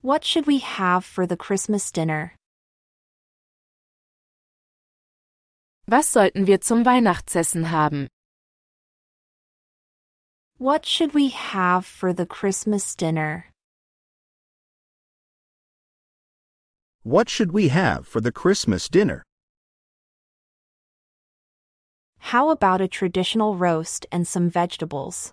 What should we have for the Christmas dinner? Was sollten wir zum Weihnachtsessen haben? What should we have for the Christmas dinner? What should we have for the Christmas dinner? How about a traditional roast and some vegetables?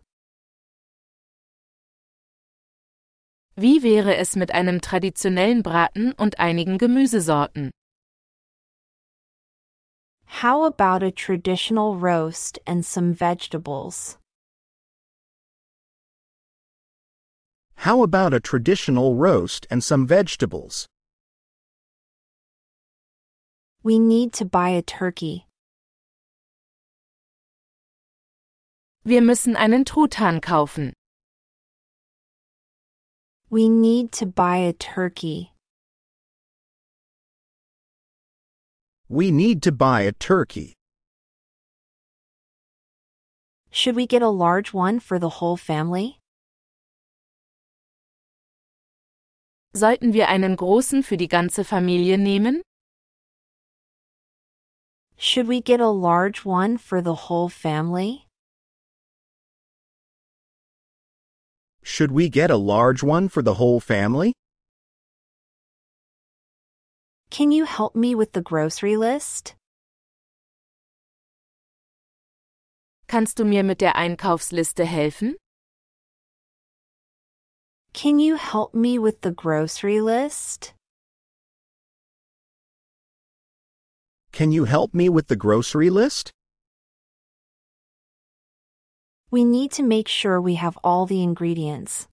Wie wäre es mit einem traditionellen Braten und einigen Gemüsesorten? How about a traditional roast and some vegetables? How about a traditional roast and some vegetables? We need to buy a turkey. Wir müssen einen Truthahn kaufen. We need to buy a turkey. We need to buy a turkey. Should we get a large one for the whole family? Sollten wir einen großen für die ganze Familie nehmen? Should we get a large one for the whole family? Should we get a large one for the whole family? Can you help me with the grocery list? Kannst du mir mit der Einkaufsliste helfen? Can you help me with the grocery list? Can you help me with the grocery list? We need to make sure we have all the ingredients.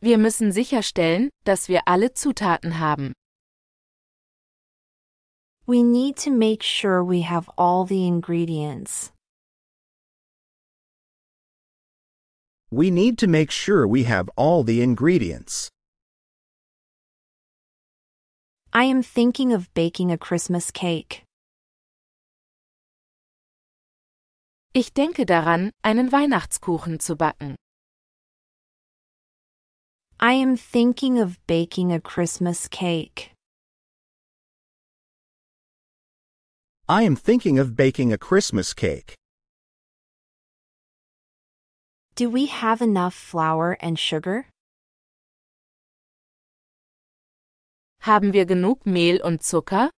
Wir müssen sicherstellen, dass wir alle Zutaten haben. We need to make sure we have all the ingredients. We need to make sure we have all the ingredients. I am thinking of baking a Christmas cake. Ich denke daran, einen Weihnachtskuchen zu backen. I am thinking of baking a Christmas cake. I am thinking of baking a Christmas cake. Do we have enough flour and sugar? Haben wir genug Mehl und Zucker?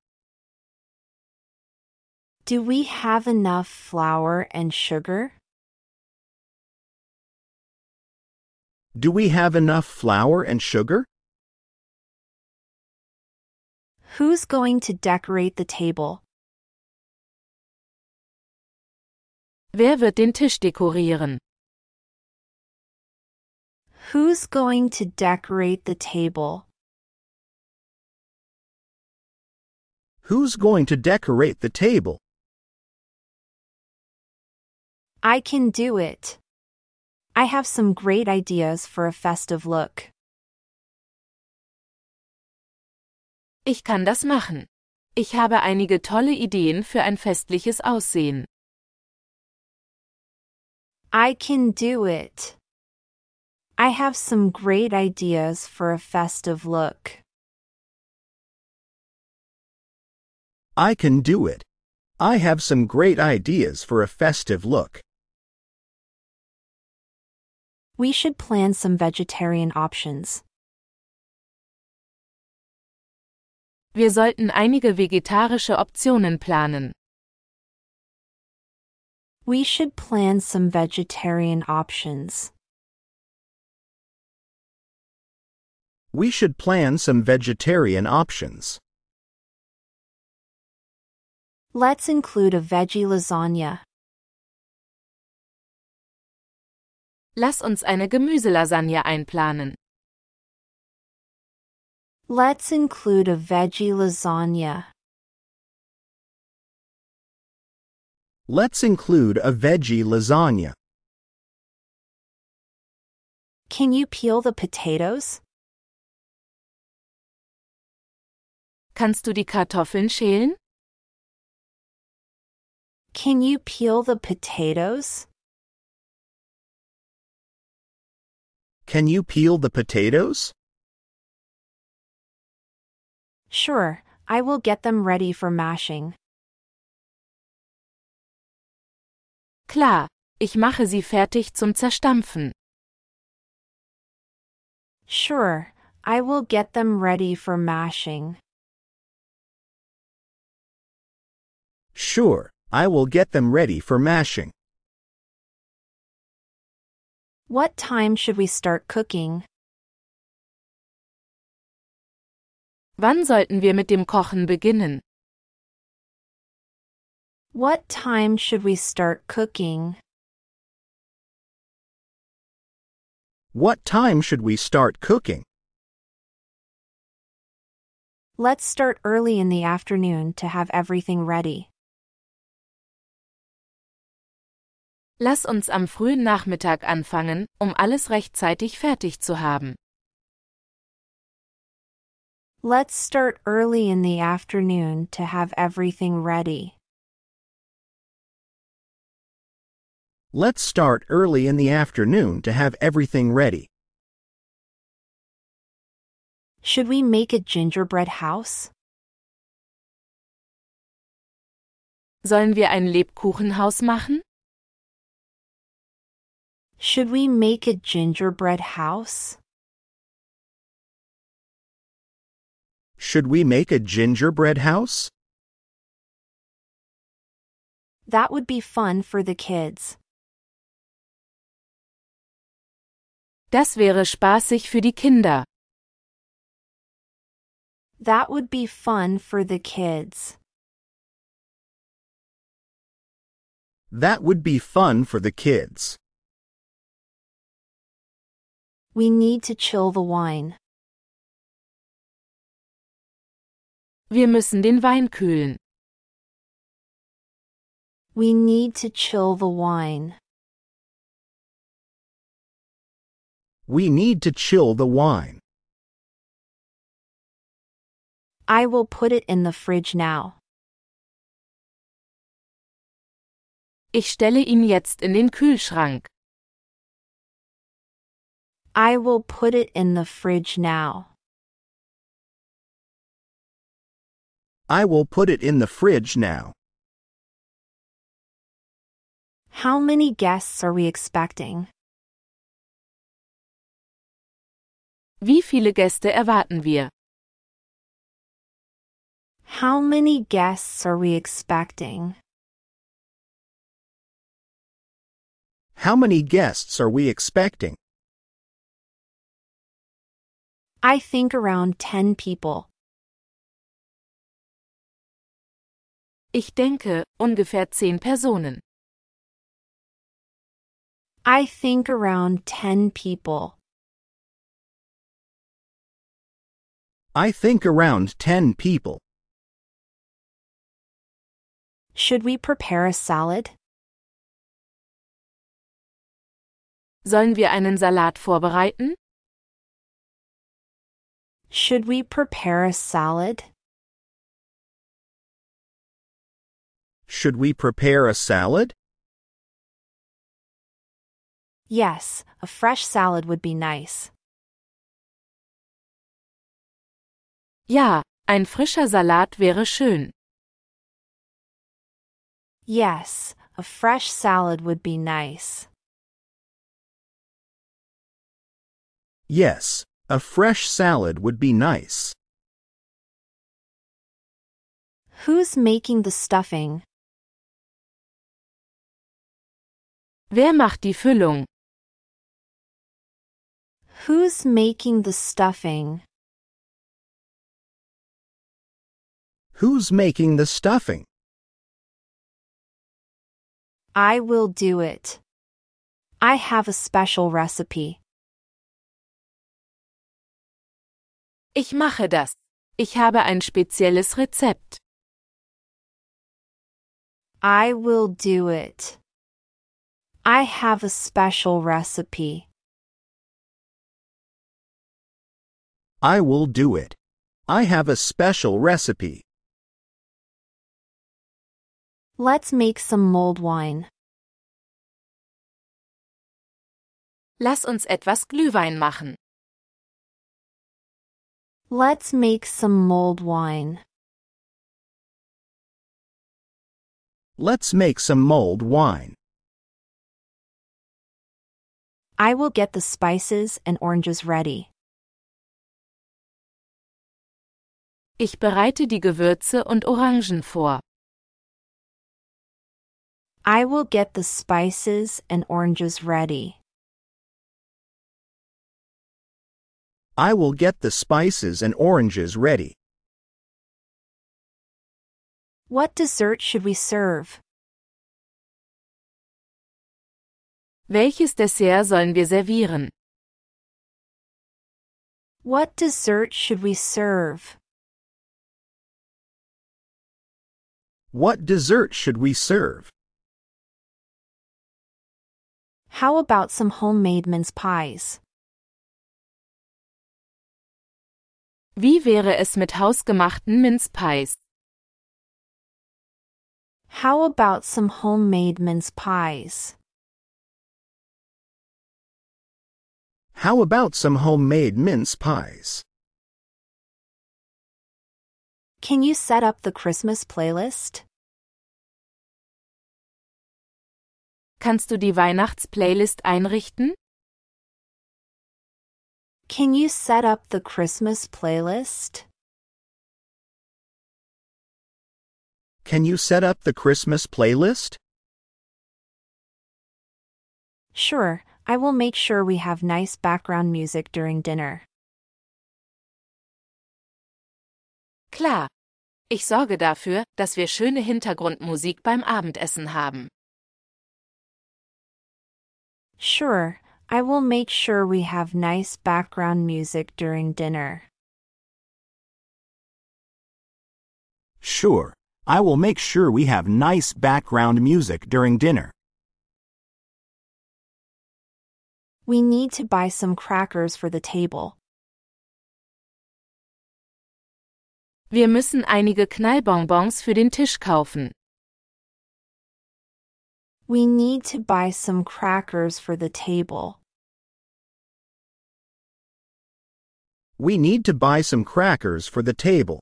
Do we have enough flour and sugar? Do we have enough flour and sugar? Who's going to decorate the table? Wer wird den Tisch dekorieren? Who's going to decorate the table? Who's going to decorate the table? I can do it. I have some great ideas for a festive look. Ich kann das machen. Ich habe einige tolle Ideen für ein festliches Aussehen. I can do it. I have some great ideas for a festive look. I can do it. I have some great ideas for a festive look. We should plan some vegetarian options. Wir sollten einige vegetarische Optionen planen. We should plan some vegetarian options. We should plan some vegetarian options. Let's include a veggie lasagna. Lass uns eine Gemüselasagne einplanen. Let's include a veggie lasagna. Let's include a veggie lasagna. Can you peel the potatoes? Kannst du die Kartoffeln schälen? Can you peel the potatoes? Can you peel the potatoes? Sure, I will get them ready for mashing. Klar, ich mache sie fertig zum Zerstampfen. Sure, I will get them ready for mashing. Sure, I will get them ready for mashing. What time should we start cooking? Wann sollten wir mit dem Kochen beginnen? What time should we start cooking? What time should we start cooking? Let's start early in the afternoon to have everything ready. Lass uns am frühen Nachmittag anfangen, um alles rechtzeitig fertig zu haben. Let's start early in the afternoon to have everything ready. Let's start early in the afternoon to have everything ready. Should we make a gingerbread house? Sollen wir ein Lebkuchenhaus machen? Should we make a gingerbread house? Should we make a gingerbread house? That would be fun for the kids. Das wäre spaßig für die Kinder. That would be fun for the kids. That would be fun for the kids. We need to chill the wine. Wir müssen den Wein kühlen. We need to chill the wine. We need to chill the wine. I will put it in the fridge now. Ich stelle ihn jetzt in den Kühlschrank. I will put it in the fridge now. I will put it in the fridge now. How many guests are we expecting? Wie viele Gäste erwarten wir? How many guests are we expecting? How many guests are we expecting? I think around 10 people. Ich denke, ungefähr zehn Personen. I think around 10 people. I think around 10 people. Should we prepare a salad? Sollen wir einen Salat vorbereiten? Should we prepare a salad? Should we prepare a salad? Yes, a fresh salad would be nice. Ja, ein frischer Salat wäre schön. Yes, a fresh salad would be nice. Yes, a fresh salad would be nice. Who's making the stuffing? Wer macht die Füllung? Who's making the stuffing? Who's making the stuffing? I will do it. I have a special recipe. Ich mache das. Ich habe ein spezielles Rezept. I will do it. I have a special recipe. I will do it. I have a special recipe. Let's make some mulled wine. Lass uns etwas Glühwein machen. Let's make some mulled wine. Let's make some mulled wine. I will get the spices and oranges ready. Ich bereite die Gewürze und Orangen vor. I will get the spices and oranges ready. I will get the spices and oranges ready. What dessert should we serve? Welches Dessert sollen wir servieren? What dessert should we serve? What dessert should we serve? How about some homemade mince pies? Wie wäre es mit hausgemachten Minzpies? How about some homemade mince pies? How about some homemade mince pies? Can you set up the Christmas playlist? Kannst du die Weihnachtsplaylist einrichten? Can you set up the Christmas playlist? Can you set up the Christmas playlist? Sure, I will make sure we have nice background music during dinner. Klar. Ich sorge dafür, dass wir schöne Hintergrundmusik beim Abendessen haben. Sure, I will make sure we have nice background music during dinner. Sure. I will make sure we have nice background music during dinner. We need to buy some crackers for the table. Wir müssen einige Knallbonbons für den Tisch kaufen. We need to buy some crackers for the table. We need to buy some crackers for the table.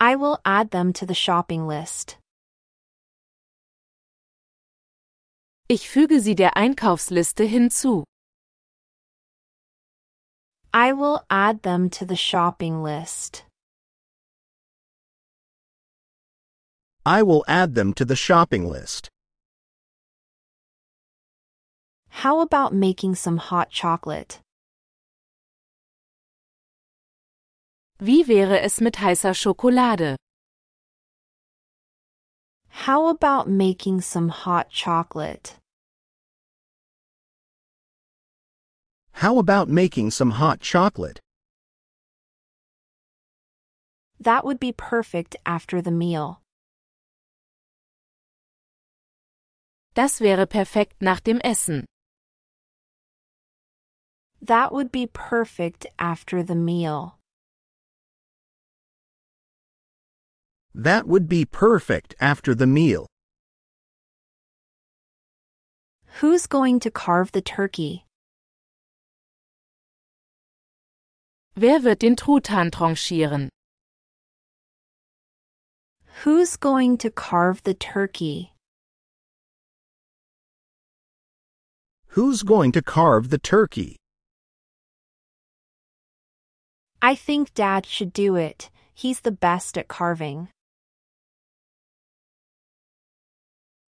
I will add them to the shopping list. Ich füge sie der Einkaufsliste hinzu. I will add them to the shopping list. I will add them to the shopping list. How about making some hot chocolate? Wie wäre es mit heißer Schokolade? How about making some hot chocolate? How about making some hot chocolate? That would be perfect after the meal. Das wäre perfekt nach dem Essen. That would be perfect after the meal. That would be perfect after the meal. Who's going to carve the turkey? Wer wird den Truthahn tranchieren? Who's going to carve the turkey? Who's going to carve the turkey? I think Dad should do it. He's the best at carving.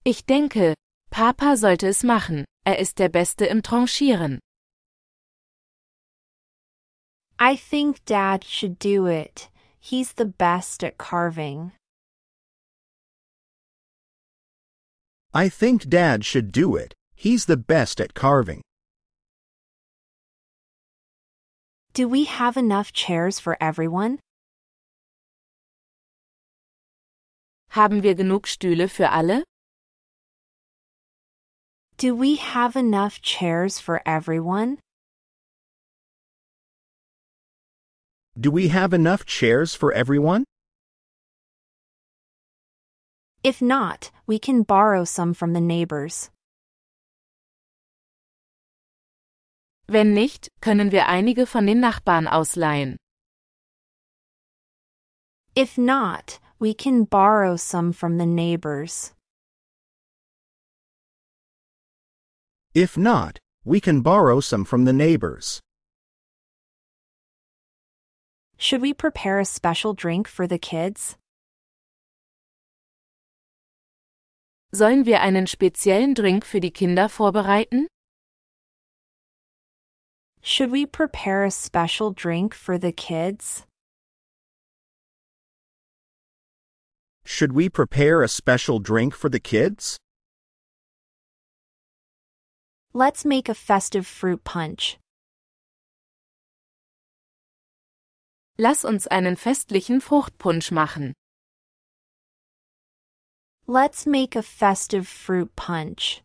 Ich denke, Papa sollte es machen. Er ist der Beste im Tranchieren. I think Dad should do it. He's the best at carving. I think Dad should do it. He's the best at carving. Do we have enough chairs for everyone? Haben wir genug Stühle für alle? Do we have enough chairs for everyone? Do we have enough chairs for everyone? If not, we can borrow some from the neighbors. Wenn nicht, können wir einige von den Nachbarn ausleihen. If not, we can borrow some from the neighbors. If not, we can borrow some from the neighbors. Should we prepare a special drink for the kids? Sollen wir einen speziellen Drink für die Kinder vorbereiten? Should we prepare a special drink for the kids? Should we prepare a special drink for the kids? Let's make a festive fruit punch. Lass uns einen festlichen Fruchtpunsch machen. Let's make a festive fruit punch.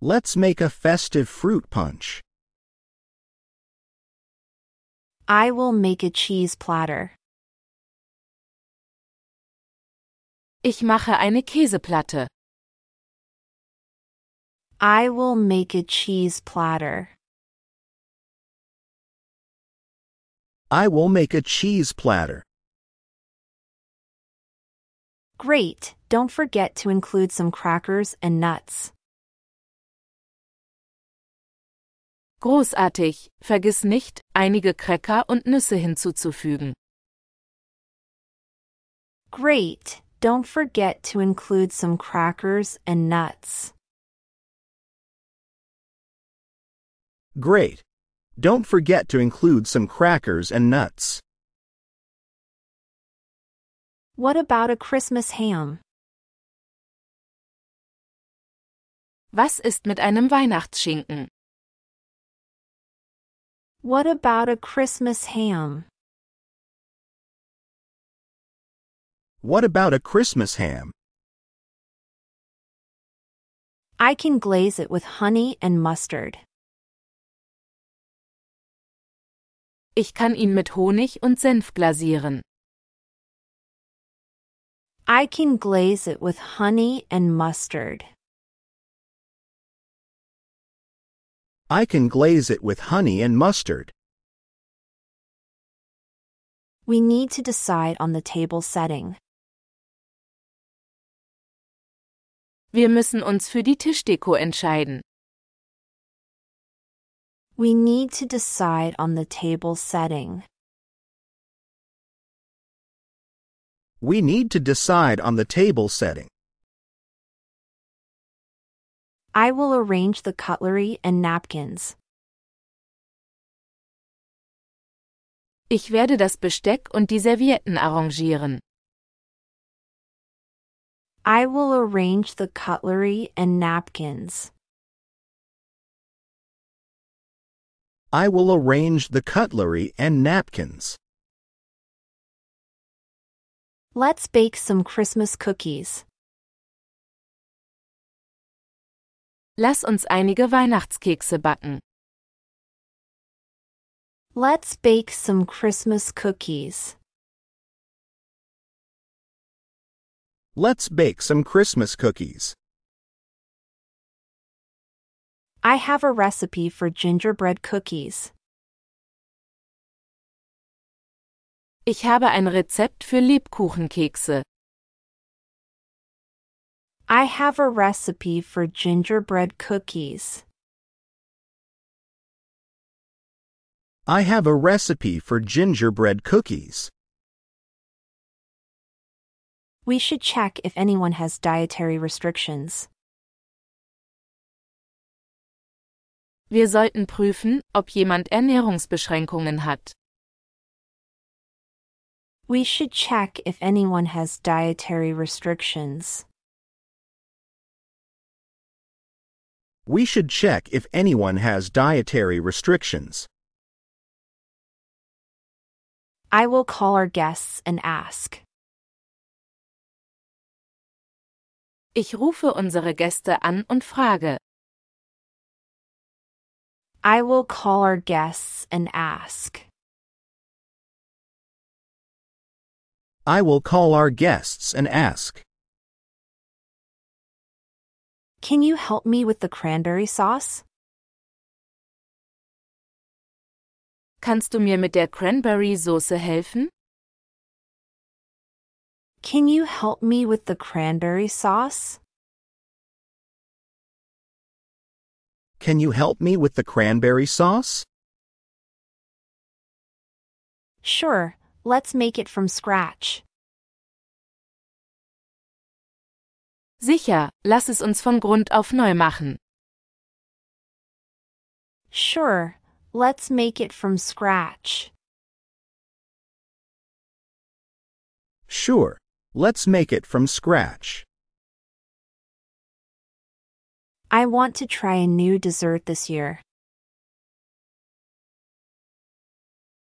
Let's make a festive fruit punch. I will make a cheese platter. Ich mache eine Käseplatte. I will make a cheese platter. I will make a cheese platter. Great! Don't forget to include some crackers and nuts. Großartig, vergiss nicht, einige Cracker und Nüsse hinzuzufügen. Great! Don't forget to include some crackers and nuts. Great. Don't forget to include some crackers and nuts. What about a Christmas ham? Was ist mit einem Weihnachtsschinken? What about a Christmas ham? What about a Christmas ham? I can glaze it with honey and mustard. Ich kann ihn mit Honig und Senf glasieren. I can glaze it with honey and mustard. I can glaze it with honey and mustard. We need to decide on the table setting. Wir müssen uns für die Tischdeko entscheiden. We need to decide on the table setting. We need to decide on the table setting. I will arrange the cutlery and napkins. Ich werde das Besteck und die Servietten arrangieren. I will arrange the cutlery and napkins. I will arrange the cutlery and napkins. Let's bake some Christmas cookies. Lass uns einige Weihnachtskekse backen. Let's bake some Christmas cookies. Let's bake some Christmas cookies. I have a recipe for gingerbread cookies. Ich habe ein Rezept für Lebkuchenkekse. I have a recipe for gingerbread cookies. I have a recipe for gingerbread cookies. We should check if anyone has dietary restrictions. Wir sollten prüfen, ob jemand Ernährungsbeschränkungen hat. We should check if anyone has dietary restrictions. We should check if anyone has dietary restrictions. I will call our guests and ask. Ich rufe unsere Gäste an und frage. I will call our guests and ask. I will call our guests and ask. Can you help me with the cranberry sauce? Kannst du mir mit der Cranberry-Soße helfen? Can you help me with the cranberry sauce? Can you help me with the cranberry sauce? Sure, let's make it from scratch. Sicher, lass es uns von Grund auf neu machen. Sure, let's make it from scratch. Sure. Let's make it from scratch. I want to try a new dessert this year.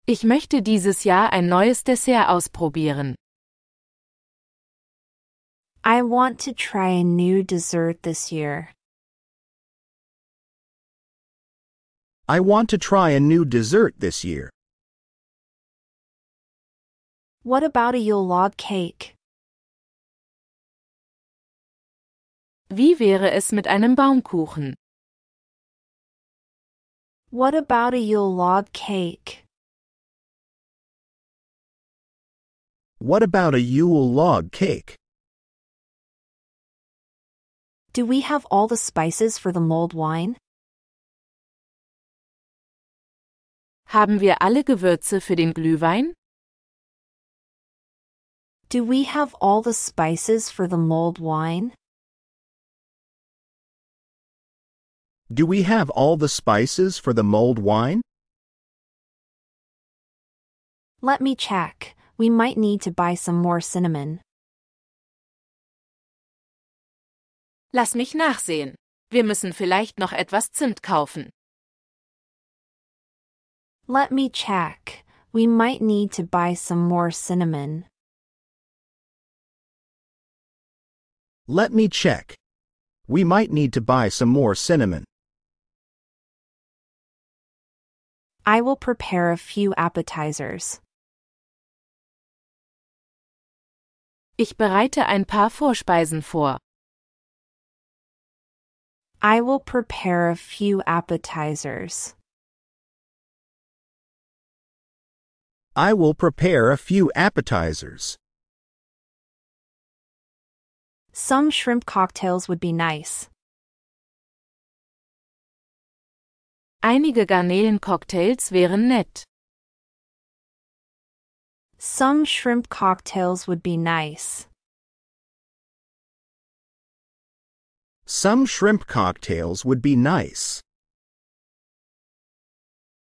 Ich möchte dieses Jahr ein neues Dessert ausprobieren. I want to try a new dessert this year. I want to try a new dessert this year. What about a Yule log cake? Wie wäre es mit einem Baumkuchen? What about a Yule log cake? What about a Yule log cake? Do we have all the spices for the mulled wine? Haben wir alle Gewürze für den Glühwein? Do we have all the spices for the mulled wine? Do we have all the spices for the mulled wine? Let me check. We might need to buy some more cinnamon. Lass mich nachsehen. Wir müssen vielleicht noch etwas Zimt kaufen. Let me check. We might need to buy some more cinnamon. Let me check. We might need to buy some more cinnamon. I will prepare a few appetizers. Ich bereite ein paar Vorspeisen vor. I will prepare a few appetizers. I will prepare a few appetizers. Some shrimp cocktails would be nice. Einige Garnelencocktails wären nett. Some shrimp cocktails would be nice. Some shrimp cocktails would be nice.